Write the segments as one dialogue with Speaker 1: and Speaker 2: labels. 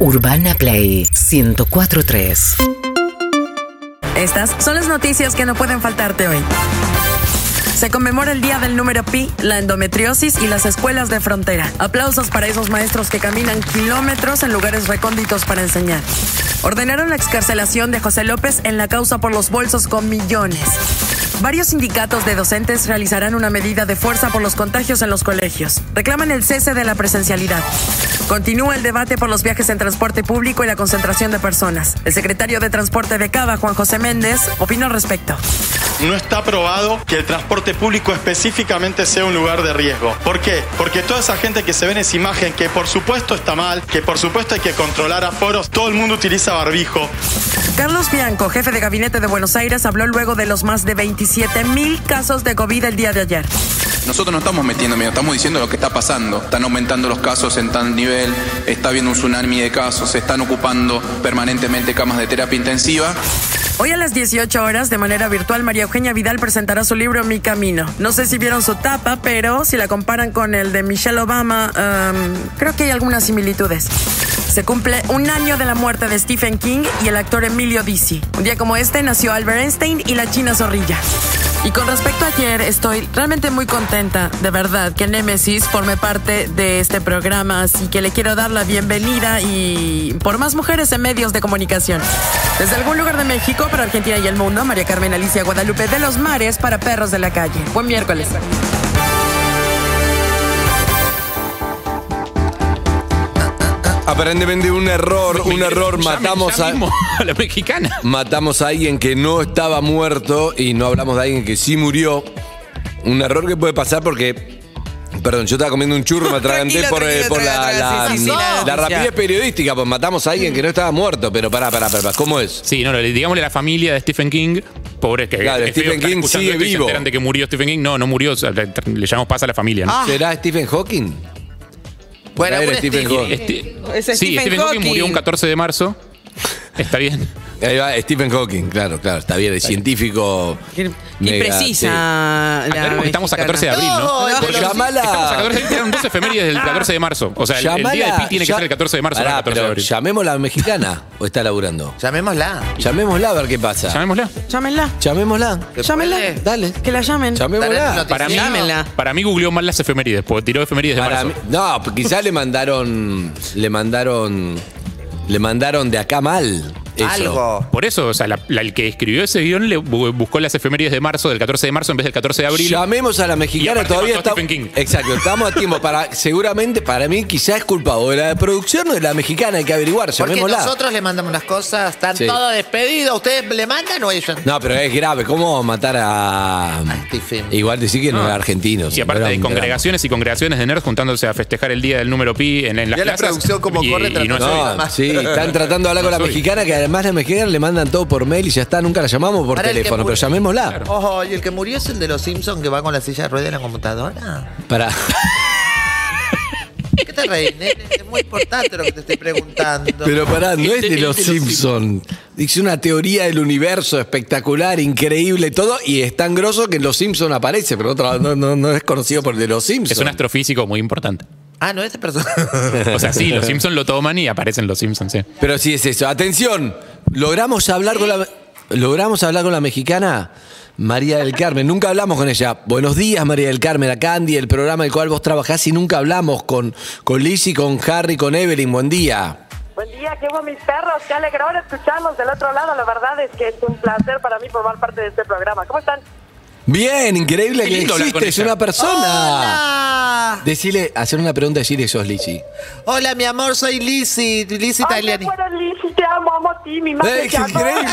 Speaker 1: Urbana Play 1043.
Speaker 2: Estas son las noticias que no pueden faltarte hoy. Se conmemora el día del número pi, la endometriosis y las escuelas de frontera. Aplausos para esos maestros que caminan kilómetros en lugares recónditos para enseñar. Ordenaron la excarcelación de José López en la causa por los bolsos con millones. Varios sindicatos de docentes realizarán una medida de fuerza por los contagios en los colegios. Reclaman el cese de la presencialidad. Continúa el debate por los viajes en transporte público y la concentración de personas. El secretario de Transporte de Cava, Juan José Méndez, opinó al respecto.
Speaker 3: No está probado que el transporte público específicamente sea un lugar de riesgo. ¿Por qué? Porque toda esa gente que se ve en esa imagen, que por supuesto está mal, que por supuesto hay que controlar aforos, todo el mundo utiliza barbijo.
Speaker 2: Carlos Bianco, jefe de gabinete de Buenos Aires, habló luego de los más de 27 mil casos de COVID el día de ayer.
Speaker 4: Nosotros no estamos metiendo miedo, estamos diciendo lo que está pasando. Están aumentando los casos en tal nivel, está habiendo un tsunami de casos, se están ocupando permanentemente camas de terapia intensiva.
Speaker 2: Hoy a las 18 horas, de manera virtual, María Eugenia Vidal presentará su libro Mi Camino. No sé si vieron su tapa, pero si la comparan con el de Michelle Obama, um, creo que hay algunas similitudes. Se cumple un año de la muerte de Stephen King y el actor Emilio Dizzy. Un día como este nació Albert Einstein y la China Zorrilla. Y con respecto a ayer, estoy realmente muy contenta, de verdad, que Nemesis forme parte de este programa, así que le quiero dar la bienvenida y por más mujeres en medios de comunicación. Desde algún lugar de México para Argentina y el mundo, María Carmen Alicia Guadalupe de los Mares para Perros de la Calle. Buen miércoles.
Speaker 5: Aparentemente un error, un error,
Speaker 6: Ya me-
Speaker 5: matamos
Speaker 6: ya
Speaker 5: a...
Speaker 6: mismo a la mexicana.
Speaker 5: matamos a alguien que no estaba muerto y no hablamos de alguien que sí murió. Un error que puede pasar porque. Perdón, yo estaba comiendo un churro, me atraganté
Speaker 7: Tranquilo,
Speaker 5: por, eh,
Speaker 7: tranquilo,
Speaker 5: por la,
Speaker 7: tranquilo,
Speaker 5: la-
Speaker 7: sí, sí, sí, la
Speaker 5: la
Speaker 7: noticia.
Speaker 5: rapidez periodística, pues matamos a alguien que no estaba muerto, pero pará, pará, pará, pará, ¿cómo es?
Speaker 6: Sí, no, le- digámosle a la familia de Stephen King, pobre que
Speaker 5: Claro,
Speaker 6: es feo
Speaker 5: Stephen
Speaker 6: estar
Speaker 5: King
Speaker 6: escuchando
Speaker 5: sigue
Speaker 6: esto y se
Speaker 5: vivo.
Speaker 6: enteran de que murió Stephen King. No, no murió, o sea, le, le llamamos paz a la familia. ¿no?
Speaker 5: ¿Será Stephen Hawking?
Speaker 7: Bueno,
Speaker 5: Era
Speaker 7: un
Speaker 5: Ah, Stephen
Speaker 7: Stephen.
Speaker 5: Hawking.
Speaker 6: Este-
Speaker 7: Es
Speaker 6: sí, Stephen,
Speaker 7: Stephen
Speaker 6: Hawking.
Speaker 7: Hawking.
Speaker 6: murió un 14 de marzo. Está bien.
Speaker 5: Ahí va, Stephen Hawking, claro, claro, está bien, el científico. mega, sí.
Speaker 7: Imprecisa. la
Speaker 6: Aclaremos que estamos a
Speaker 7: mexicana.
Speaker 6: 14 de abril, ¿no?
Speaker 5: No,
Speaker 7: No,
Speaker 5: pero
Speaker 7: no.
Speaker 5: llamala.
Speaker 6: Estamos a 14 de dos efemérides del 14 de marzo. O sea, el- el, día de Pi tiene que
Speaker 5: ya-
Speaker 6: ser el 14 de marzo,
Speaker 5: Pará,
Speaker 6: no el 14 de
Speaker 5: pero
Speaker 6: abril.
Speaker 5: Llamémosla mexicana o está laburando.
Speaker 7: Llamémosla.
Speaker 5: Llamémosla a ver qué pasa.
Speaker 6: Llamémosla.
Speaker 2: Llámenla,
Speaker 5: Llamémosla.
Speaker 2: llámenla.
Speaker 5: Dale.
Speaker 2: Que la llamen.
Speaker 5: Llamémosla.
Speaker 7: Dale,
Speaker 6: Para mí,
Speaker 7: Llámenla.
Speaker 6: para mí googleó mal las efemérides, porque tiró efemérides de
Speaker 5: Para
Speaker 6: marzo.
Speaker 5: mí- no, quizás le mandaron. Le mandaron. Le mandaron de acá mal. eso.
Speaker 7: Algo.
Speaker 6: Por eso, o sea, la- la- el que escribió ese guión le bu- buscó las efemérides de marzo, del 14 de marzo en vez del 14 de abril.
Speaker 5: Llamemos a la
Speaker 6: Y
Speaker 5: mexicana
Speaker 6: aparte
Speaker 5: todavía
Speaker 6: mató a
Speaker 5: está.
Speaker 6: Stephen King.
Speaker 5: Exacto, estamos a tiempo. Para, seguramente para mí quizás es culpa o de la producción o de la mexicana, hay que averiguar,
Speaker 7: Porque
Speaker 5: llamémosla.
Speaker 7: nosotros le mandamos las cosas, están
Speaker 5: Sí.
Speaker 7: todos despedidos. ¿Ustedes le mandan o ellos?
Speaker 5: No, pero es grave, ¿cómo matar a.
Speaker 7: Stephen.
Speaker 5: Igual decir que no, era argentino.
Speaker 6: Ah. Y aparte
Speaker 5: era
Speaker 6: hay
Speaker 5: un drama.
Speaker 6: congregaciones y congregaciones de nerds juntándose a festejar el día del número pi en, en las
Speaker 8: Mirá la
Speaker 6: plazas.
Speaker 8: producción cómo
Speaker 6: y,
Speaker 8: corre
Speaker 6: y no es
Speaker 8: tratando-
Speaker 6: hoy.
Speaker 8: No,
Speaker 5: No, sí, están tratando de hablar
Speaker 6: No
Speaker 5: con la
Speaker 6: soy.
Speaker 5: mexicana, que además la mexicana le mandan todo por mail y ya está, nunca la llamamos por
Speaker 7: Para el que
Speaker 5: teléfono, pero
Speaker 7: murió.
Speaker 5: llamémosla.
Speaker 7: Ojo, y el que murió es el de los Simpsons que va con la silla de ruedas de la computadora.
Speaker 5: Para.
Speaker 7: ¿Qué te reís, nene? Es muy importante lo que te estoy preguntando.
Speaker 5: Pero pará, no es
Speaker 6: Este
Speaker 5: de los
Speaker 6: es de los
Speaker 5: Simpson. Dice una teoría del universo espectacular, increíble, todo, y es tan grosso que en los Simpson aparece, pero otro- no, no- no es conocido por el de los Simpson.
Speaker 6: Es un astrofísico muy importante.
Speaker 7: Ah, no, esta persona.
Speaker 6: O sea, sí, los Simpsons lo toman y aparecen los Simpsons, sí.
Speaker 5: Pero sí es eso. Atención, logramos hablar con la logramos hablar con la mexicana María del Carmen. Nunca hablamos con ella. Buenos días, María del Carmen, a Candy, el programa del cual vos trabajás y nunca hablamos con, con Lizzie, con Harry, con Evelyn. Buen día.
Speaker 9: Buen día, qué hubo mis perros, qué alegrón escucharlos del otro lado. La verdad es que es un placer para mí formar parte de este programa. ¿Cómo están?
Speaker 5: Bien, increíble
Speaker 6: Qué
Speaker 5: que
Speaker 6: lindo hablar con
Speaker 5: existe, es
Speaker 6: ella.
Speaker 5: una persona.
Speaker 7: Hola.
Speaker 5: Decirle, hacer una pregunta, decirle sos Lizzie.
Speaker 7: Hola, mi amor, soy Lizzy, Lizzy
Speaker 9: Ay, qué
Speaker 7: Tagliani.
Speaker 9: bueno, Liz, te amo, amo a ti, mi
Speaker 5: Ey,
Speaker 9: madre te
Speaker 5: qué
Speaker 9: ama.
Speaker 5: increíble.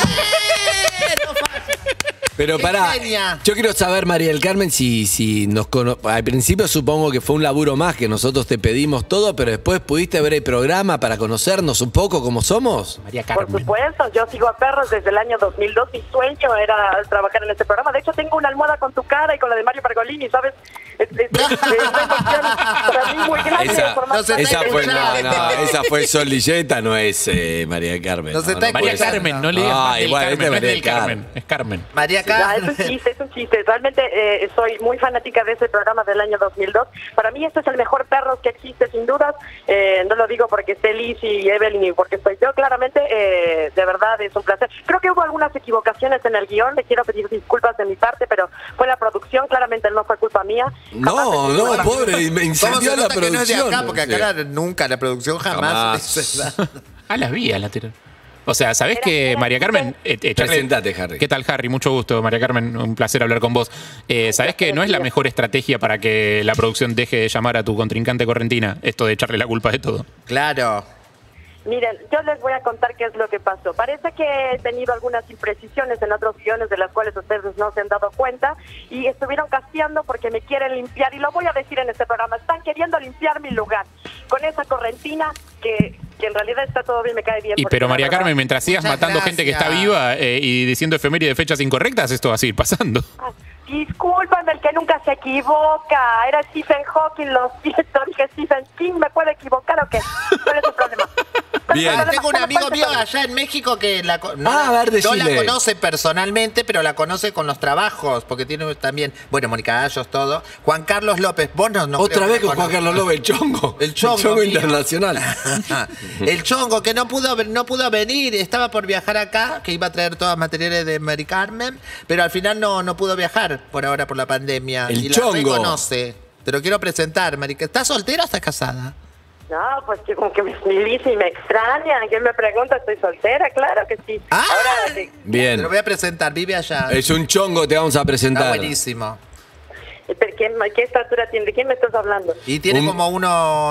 Speaker 5: Pero
Speaker 7: Qué
Speaker 5: pará,
Speaker 7: genia.
Speaker 5: yo quiero saber, María del Carmen, si, si nos cono- Al principio supongo que fue un laburo más que nosotros te pedimos todo, pero después pudiste ver el programa para conocernos un poco como somos.
Speaker 9: Por supuesto, yo sigo a perros desde el año 2002. Mi sueño era trabajar en este programa. De hecho, tengo una almohada con tu cara y con la de Mario Pergolini, ¿sabes? es, es- es una emoción para mí muy grande.
Speaker 5: Esa,
Speaker 9: formar parte
Speaker 5: esa
Speaker 9: de
Speaker 5: fue,
Speaker 9: esta-
Speaker 5: no, no, esa fue Sol Lilleta, no es eh, María del Carmen.
Speaker 7: No se
Speaker 5: no,
Speaker 7: está
Speaker 5: no puede
Speaker 6: María
Speaker 7: escuchando.
Speaker 5: ser.
Speaker 6: Carmen, no le digas
Speaker 5: Ah,
Speaker 6: más del
Speaker 5: igual,
Speaker 6: Carmen,
Speaker 5: este
Speaker 6: no es
Speaker 5: María
Speaker 6: del Carmen,
Speaker 5: Carmen.
Speaker 6: es Carmen.
Speaker 7: María
Speaker 9: Ya, es un
Speaker 7: Carmen.
Speaker 9: chiste, es un chiste. Realmente eh, soy muy fanática de ese programa del año 2002. Para mí este es el mejor perro que existe, sin dudas. Eh, no lo digo porque esté Liz y Evelyn y porque estoy yo. Claramente, eh, de verdad, es un placer. Creo que hubo algunas equivocaciones en el guión. Le quiero pedir disculpas de mi parte, pero fue la producción. Claramente no fue culpa mía. Jamás
Speaker 5: No,
Speaker 9: es culpa
Speaker 5: no,
Speaker 9: mía.
Speaker 5: pobre, me
Speaker 7: ¿Cómo
Speaker 5: incendió
Speaker 7: se
Speaker 5: la
Speaker 7: nota que no es de
Speaker 5: producción.
Speaker 7: acá? Porque acá la- nunca la producción jamás.
Speaker 5: Jamás.
Speaker 6: A las vías la tiró. O sea, ¿sabés
Speaker 9: Era-
Speaker 6: que
Speaker 9: era-
Speaker 6: María Carmen? eh, eh, Charlie,
Speaker 5: Presentate, Harry.
Speaker 6: ¿Qué tal, Harry? Mucho gusto, María Carmen. Un placer hablar con vos. Eh, ¿Sabés que no es la mejor estrategia para que la producción deje de llamar a tu contrincante correntina? Esto de echarle la culpa de todo.
Speaker 7: Claro.
Speaker 9: Miren, yo les voy a contar qué es lo que pasó. Parece que he tenido algunas imprecisiones en otros guiones de las cuales ustedes no se han dado cuenta y estuvieron casteando porque me quieren limpiar y lo voy a decir en este programa, están queriendo limpiar mi lugar con esa correntina que, que en realidad está todo bien, me cae bien.
Speaker 6: Y
Speaker 9: porque
Speaker 6: pero
Speaker 9: la
Speaker 6: María
Speaker 9: verdad-
Speaker 6: Carmen, mientras sigas
Speaker 7: Muchas
Speaker 6: matando gente que está
Speaker 7: gracias.
Speaker 6: viva eh, y diciendo efemérides de fechas incorrectas, esto va a seguir pasando.
Speaker 9: Discúlpame, el que nunca se equivoca. Era Stephen Hawking, lo siento. Dije Stephen King, ¿me puedo equivocar o qué? ¿Cuál es el problema? ¿Cuál es el
Speaker 5: Bien.
Speaker 9: problema?
Speaker 7: Tengo un amigo
Speaker 9: ¿Cuál es el
Speaker 7: mío
Speaker 9: problema?
Speaker 7: allá en México que la, co- no,
Speaker 5: Ah,
Speaker 7: la-
Speaker 5: a ver,
Speaker 7: no la
Speaker 5: decile.
Speaker 7: conoce personalmente, pero la conoce con los trabajos, porque tiene también, bueno, Mónica Gallos, todo. Juan Carlos López, vos no, no creo
Speaker 5: Otra
Speaker 7: que
Speaker 5: vez
Speaker 7: lo
Speaker 5: con Juan
Speaker 7: conozcas.
Speaker 5: Carlos López, el chongo.
Speaker 7: El chongo, amigo.
Speaker 5: internacional.
Speaker 7: el chongo que no pudo ven- no pudo venir, estaba por viajar acá, que iba a traer todas materiales de Mary Carmen, pero al final no, no pudo viajar por ahora por la pandemia.
Speaker 5: El
Speaker 7: y
Speaker 5: chongo.
Speaker 7: la reconoce. Te lo quiero presentar, Mari. ¿Estás soltera o estás casada?
Speaker 9: No, pues que como que me milicia y me extraña. ¿Quién me pregunta? ¿Estoy soltera? Claro que sí.
Speaker 7: Ah.
Speaker 9: Ahora, de-
Speaker 7: Te
Speaker 5: Bien.
Speaker 7: lo voy a presentar, vive allá.
Speaker 5: Es un chongo, te vamos a
Speaker 7: Está
Speaker 5: presentar.
Speaker 7: buenísimo.
Speaker 9: ¿pero ¿quién, ¿qué estatura tiene? ¿De quién me estás hablando?
Speaker 7: Y tiene
Speaker 5: Un-
Speaker 7: como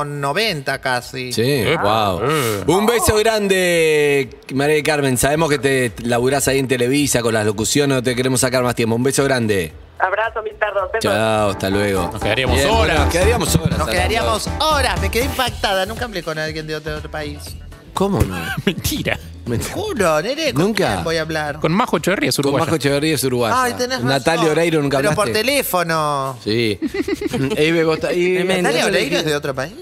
Speaker 7: 1,90 casi.
Speaker 5: Sí, wow.
Speaker 6: Eh.
Speaker 5: Un beso grande, María del Carmen. Sabemos que te laburás ahí en Televisa con las locuciones, no te queremos sacar más tiempo. Un beso grande.
Speaker 9: Abrazo, mis perros. besos.
Speaker 5: Chao, hasta luego.
Speaker 6: Nos quedaríamos horas.
Speaker 5: nos quedaríamos horas.
Speaker 7: Nos
Speaker 5: hablando.
Speaker 7: quedaríamos horas, me quedé impactada. Nunca hablé con alguien de otro, otro país.
Speaker 5: ¿Cómo no?
Speaker 6: Mentira.
Speaker 5: Me-
Speaker 7: Juro, nere, ¿con
Speaker 5: Nunca.
Speaker 7: quién voy a hablar.
Speaker 6: Con Majo Echeverría es
Speaker 5: Con
Speaker 6: uruguaya.
Speaker 5: Majo Echeverría es uruguaya.
Speaker 7: Ay, tenés razón.
Speaker 5: Natalia Oreiro nunca
Speaker 7: Pero
Speaker 5: hablaste.
Speaker 7: por teléfono.
Speaker 5: Sí. Eve, vos ta- y-
Speaker 8: Tremendo.
Speaker 7: ¿Natalia Oreiro es de otro país?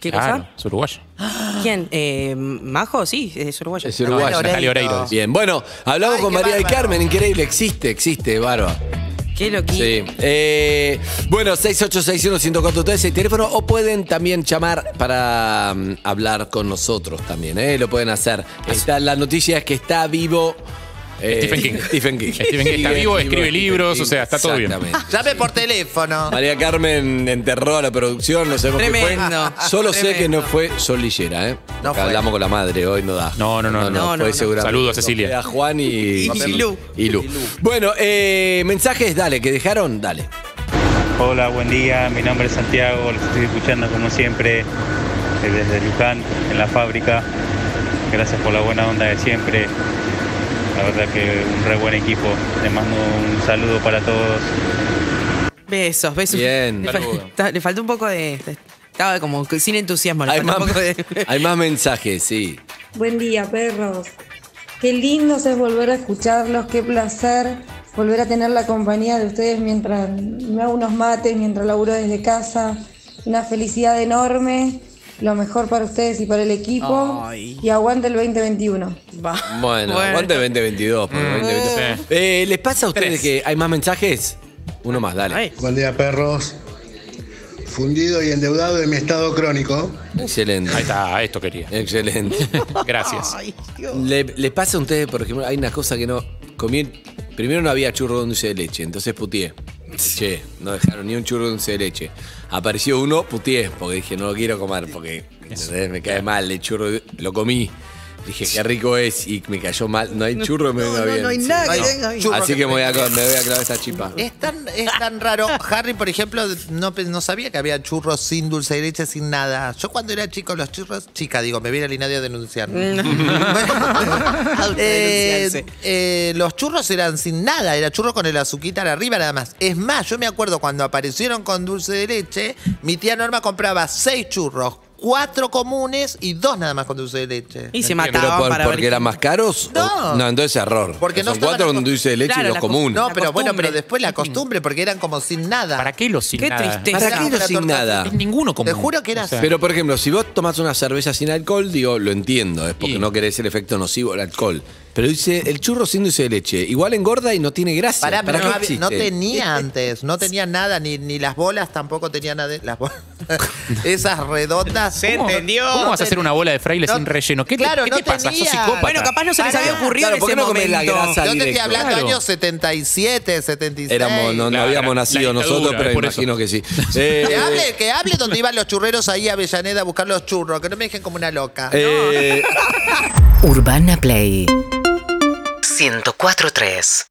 Speaker 8: ¿Qué
Speaker 6: Claro,
Speaker 8: cosa?
Speaker 6: es uruguaya.
Speaker 7: Ah.
Speaker 8: ¿Quién? Eh, ¿Majo? Sí, es uruguayo.
Speaker 5: Es uruguaya.
Speaker 6: Natalia Oreiro. dice.
Speaker 5: Bien, bueno, hablamos
Speaker 7: Ay,
Speaker 5: con
Speaker 7: qué
Speaker 5: María del
Speaker 7: bárbaro.
Speaker 5: Carmen, increíble, existe, existe, barba.
Speaker 8: Qué loquito.
Speaker 5: Sí. Eh, bueno, 6861-1043 el teléfono o pueden también llamar para mm, hablar con nosotros también, ¿eh? Lo pueden hacer. Está, la noticia es que está vivo. eh,
Speaker 6: Stephen King.
Speaker 5: Stephen King.
Speaker 6: Stephen King está
Speaker 5: Sigue
Speaker 6: vivo, escribe
Speaker 5: Stephen
Speaker 6: libros,
Speaker 5: King.
Speaker 6: o sea, está todo bien.
Speaker 5: Exactamente.
Speaker 7: Ah, Llame por teléfono.
Speaker 5: María Carmen enterró a la producción, no sabemos
Speaker 8: Tremendo,
Speaker 5: qué fue. Solo sé que no
Speaker 8: tremendo.
Speaker 5: fue Solillera, ¿eh?
Speaker 7: No fue.
Speaker 5: Hablamos con la madre, hoy no da.
Speaker 6: No, no, no, no.
Speaker 8: No, no,
Speaker 5: fue
Speaker 8: no.
Speaker 5: seguramente. Nos
Speaker 6: Saludos, Cecilia.
Speaker 5: queda Juan y,
Speaker 8: Y Lu.
Speaker 5: y Lu. Bueno, eh, mensajes, dale, que dejaron, dale.
Speaker 10: Hola, buen día. Mi nombre es Santiago. Los estoy escuchando como siempre eh, desde Luján, en la fábrica. Gracias por la buena onda de siempre. La verdad que un re buen equipo. Les mando un saludo para todos.
Speaker 8: Besos, besos.
Speaker 5: Bien.
Speaker 8: Le, fal-
Speaker 6: Saludo.
Speaker 8: ta- le faltó un poco de. de- Estaba como que sin entusiasmo. Le
Speaker 5: Hay
Speaker 8: faltó
Speaker 5: más,
Speaker 8: un poco de.
Speaker 5: hay más mensajes, sí.
Speaker 11: Buen día, perros. Qué lindo es volver a escucharlos, qué placer volver a tener la compañía de ustedes mientras me hago unos mates, mientras laburo desde casa. Una felicidad enorme, lo mejor para ustedes y para el equipo.
Speaker 8: Ay.
Speaker 11: Y aguante el 2021.
Speaker 8: Va.
Speaker 5: Bueno, aguante 2022.
Speaker 8: Mm.
Speaker 5: porque 2022.
Speaker 6: Sí.
Speaker 5: Eh, ¿Les pasa a ustedes
Speaker 6: Tres.
Speaker 5: que hay más mensajes? Uno más, dale.
Speaker 8: Ay.
Speaker 12: Buen día, perros. Fundido y endeudado de mi estado crónico.
Speaker 5: Excelente.
Speaker 6: Ahí está, esto quería.
Speaker 5: Excelente.
Speaker 6: Gracias.
Speaker 5: Le, ¿Les pasa a ustedes, por ejemplo, hay una cosa que no. Comí. Primero no había churro dulce de leche, entonces putié. Che, no dejaron ni un churro dulce de leche. Apareció uno, putié, porque dije, no lo quiero comer, porque ¿entendés? me cae mal el churro. de- Lo comí. Dije, qué rico es, y me cayó mal. No hay churro, me venga bien. Eh, Sí.
Speaker 7: Ay, churro
Speaker 5: Así que me voy, a,
Speaker 7: me-
Speaker 5: me voy a clavar esta chipa.
Speaker 7: Es tan, es tan raro. Harry, por ejemplo, no, pe- no sabía que había churros sin dulce de leche, sin nada. Yo cuando era chico, los churros, chica, digo, me viene el nadie a denunciar. Eh,
Speaker 8: Autodenunciarse.
Speaker 7: eh, los churros eran sin nada, era churro con el azuquitar arriba nada más. Es más, yo me acuerdo cuando aparecieron con dulce de leche, mi tía Norma compraba seis churros. cuatro comunes y dos nada más con dulce de leche.
Speaker 8: Y se
Speaker 5: ¿Pero
Speaker 8: mataban
Speaker 5: por-
Speaker 8: para
Speaker 5: porque
Speaker 8: ver-
Speaker 5: eran más caros? o-
Speaker 7: No.
Speaker 5: no, entonces error.
Speaker 7: Ah, Porque no
Speaker 5: Son
Speaker 7: estaban
Speaker 5: cuatro
Speaker 7: acos-
Speaker 5: con dulce de leche
Speaker 7: Claro,
Speaker 5: y los
Speaker 7: la
Speaker 5: comunes.
Speaker 7: No, pero bueno, pero después la costumbre, porque eran como sin nada. ¿Para
Speaker 6: qué los sin
Speaker 7: qué
Speaker 5: nada?
Speaker 7: Tristeza.
Speaker 5: ¿Para qué los
Speaker 7: Era
Speaker 5: sin
Speaker 7: torta
Speaker 5: nada?
Speaker 7: frita.
Speaker 5: Es ninguno
Speaker 7: Te juro que era así.
Speaker 5: Pero, por ejemplo, si vos tomás una cerveza sin alcohol, digo, lo entiendo, es porque no querés el efecto nocivo del alcohol. Pero dice, el churro sin dulce de leche, igual engorda y no tiene grasa.
Speaker 7: Pará,
Speaker 5: ¿Para
Speaker 7: pero
Speaker 5: qué
Speaker 7: no, había- no
Speaker 5: existe?
Speaker 7: tenía antes, no tenía nada, ni, ni las bolas tampoco tenía nada. de- Las bolas. Esas redondas. ¿Se entendió?
Speaker 6: ¿Cómo vas a hacer una bola de fraile sin relleno? ¿Qué te,
Speaker 7: Claro,
Speaker 6: qué
Speaker 7: no
Speaker 6: te pasa? ¿Sos
Speaker 7: tenía.
Speaker 6: psicópata?
Speaker 7: Bueno, capaz no se les había ocurrido
Speaker 5: Claro, en ¿por qué ese no comés la momento. grasa
Speaker 7: Yo te estoy
Speaker 5: directo?
Speaker 7: hablando
Speaker 5: Claro.
Speaker 7: años 77, 76.
Speaker 5: Éramos, no, no habíamos
Speaker 6: la
Speaker 5: nacido
Speaker 6: dictadura,
Speaker 5: nosotros, pero
Speaker 6: es por eso.
Speaker 5: imagino que sí. Eh,
Speaker 7: Que hable, que hable donde iban los churreros ahí a Avellaneda a buscar los churros, que no me dejen como una loca. Ah,
Speaker 5: eh,
Speaker 1: Urbana Play 104.3